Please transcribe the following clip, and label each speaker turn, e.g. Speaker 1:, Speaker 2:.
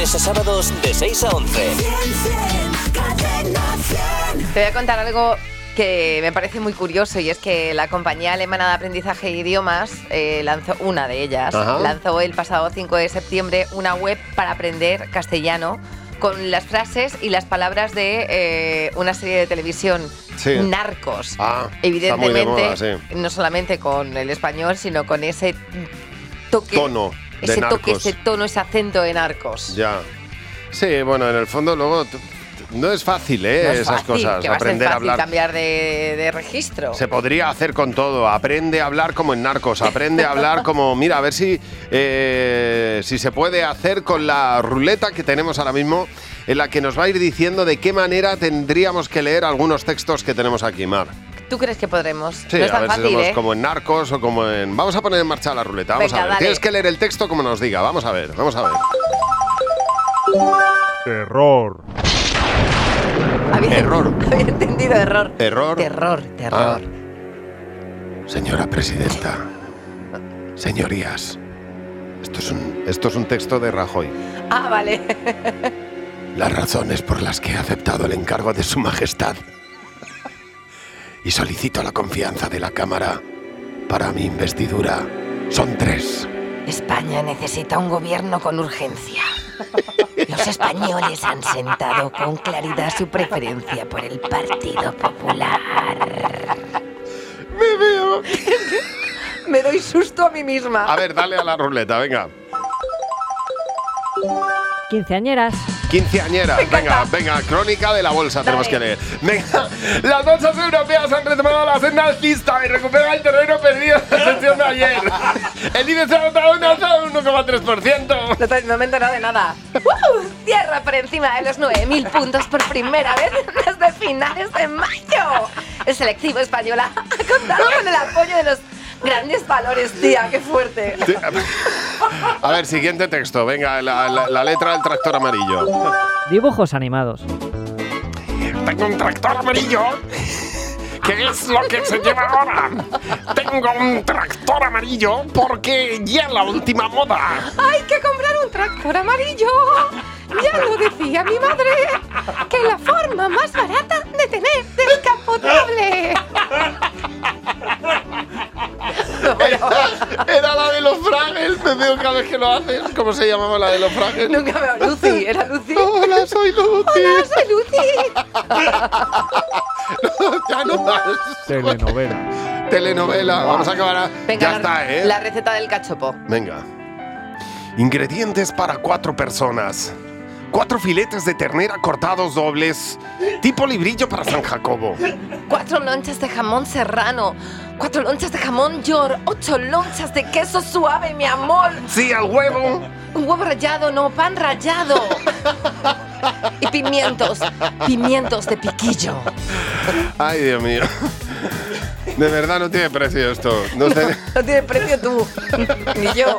Speaker 1: a sábados de 6 a 11.
Speaker 2: Te voy a contar algo que me parece muy curioso y es que la compañía alemana de aprendizaje de idiomas eh, lanzó, una de ellas,
Speaker 3: Ajá.
Speaker 2: lanzó el pasado 5 de septiembre una web para aprender castellano con las frases y las palabras de eh, una serie de televisión,
Speaker 3: Sí.
Speaker 2: Narcos.
Speaker 3: Ah, está muy de
Speaker 2: Evidentemente,
Speaker 3: moda, sí.
Speaker 2: no solamente con el español, sino con ese toque,
Speaker 3: Tono de
Speaker 2: ese, toque
Speaker 3: narcos.
Speaker 2: ese tono, ese acento de narcos.
Speaker 3: Ya. Sí, bueno, en el fondo luego t- t- no es fácil, ¿eh?
Speaker 2: No es
Speaker 3: Esas
Speaker 2: fácil,
Speaker 3: cosas,
Speaker 2: que va a ser
Speaker 3: aprender a
Speaker 2: fácil
Speaker 3: hablar.
Speaker 2: cambiar de, de registro.
Speaker 3: Se podría hacer con todo. Aprende a hablar como en narcos. Aprende a hablar como, mira, a ver si, eh, si se puede hacer con la ruleta que tenemos ahora mismo, en la que nos va a ir diciendo de qué manera tendríamos que leer algunos textos que tenemos aquí, Mar.
Speaker 2: ¿Tú crees que podremos?
Speaker 3: Sí,
Speaker 2: no es
Speaker 3: a
Speaker 2: tan
Speaker 3: ver si
Speaker 2: fácil,
Speaker 3: somos
Speaker 2: ¿eh?
Speaker 3: como en narcos o como en. Vamos a poner en marcha la ruleta. Vamos
Speaker 2: Venga,
Speaker 3: a ver.
Speaker 2: dale.
Speaker 3: Tienes que leer el texto como nos diga. Vamos a ver, vamos a ver.
Speaker 4: Terror.
Speaker 2: Había,
Speaker 3: Error.
Speaker 2: había entendido error.
Speaker 3: Error.
Speaker 2: Terror,
Speaker 3: Ah.
Speaker 2: terror.
Speaker 3: Señora presidenta, señorías, esto es, un, esto es un texto de Rajoy.
Speaker 2: Ah, vale.
Speaker 3: Las razones por las que he aceptado el encargo de su majestad y solicito la confianza de la Cámara para mi investidura son tres.
Speaker 2: España necesita un gobierno con urgencia. Los españoles han sentado con claridad su preferencia por el Partido Popular.
Speaker 3: ¡Me veo!
Speaker 2: Me doy susto a mí misma.
Speaker 3: A ver, dale a la ruleta, venga.
Speaker 5: Quinceañeras.
Speaker 3: Quinceañeras, venga, venga, crónica de la bolsa tenemos que leer. Venga, las bolsas europeas han retomado la senda alcista y recuperan el terreno perdido en la sesión de ayer. El IBEX ha notado un alza de un 1,3%.
Speaker 2: No, te- no me he enterado de nada. ¡Woo! Tierra por encima de los 9.000 puntos por primera vez desde finales de mayo. El selectivo española ha contado con el apoyo de los grandes valores, tía. ¡Qué fuerte!
Speaker 3: A ver, siguiente texto, venga, la, la- la letra del tractor amarillo.
Speaker 5: Dibujos animados.
Speaker 6: Tengo un tractor amarillo. ¿Qué es lo que se lleva ahora? Tengo un tractor amarillo porque ya la última moda.
Speaker 2: Hay que comprar un tractor amarillo. Ya lo decía mi madre, que la forma más barata de tener descapotable.
Speaker 3: Era la de los frages, me veo cada vez que lo haces. ¿Cómo se llamaba la de los frages?
Speaker 2: Nunca veo Lucy, era Lucy.
Speaker 3: Hola, soy Luti.
Speaker 2: Hola, soy Lucy.
Speaker 3: Ya no más.
Speaker 4: Telenovela.
Speaker 3: Telenovela. Vamos a acabar. a- ya está, ¿eh?
Speaker 2: receta del cachopo.
Speaker 3: Venga. Ingredientes para cuatro personas. Cuatro filetes de ternera cortados dobles, tipo librillo para San Jacobo.
Speaker 2: Cuatro lonchas de jamón serrano, cuatro lonchas de jamón york, ocho lonchas de queso suave, mi amor,
Speaker 3: Sí, al huevo.
Speaker 2: un huevo rallado, no, pan rallado. Y pimientos, pimientos de piquillo.
Speaker 3: Ay, Dios mío. De verdad no tiene precio esto. No sé-
Speaker 2: No tiene precio tú, ni yo.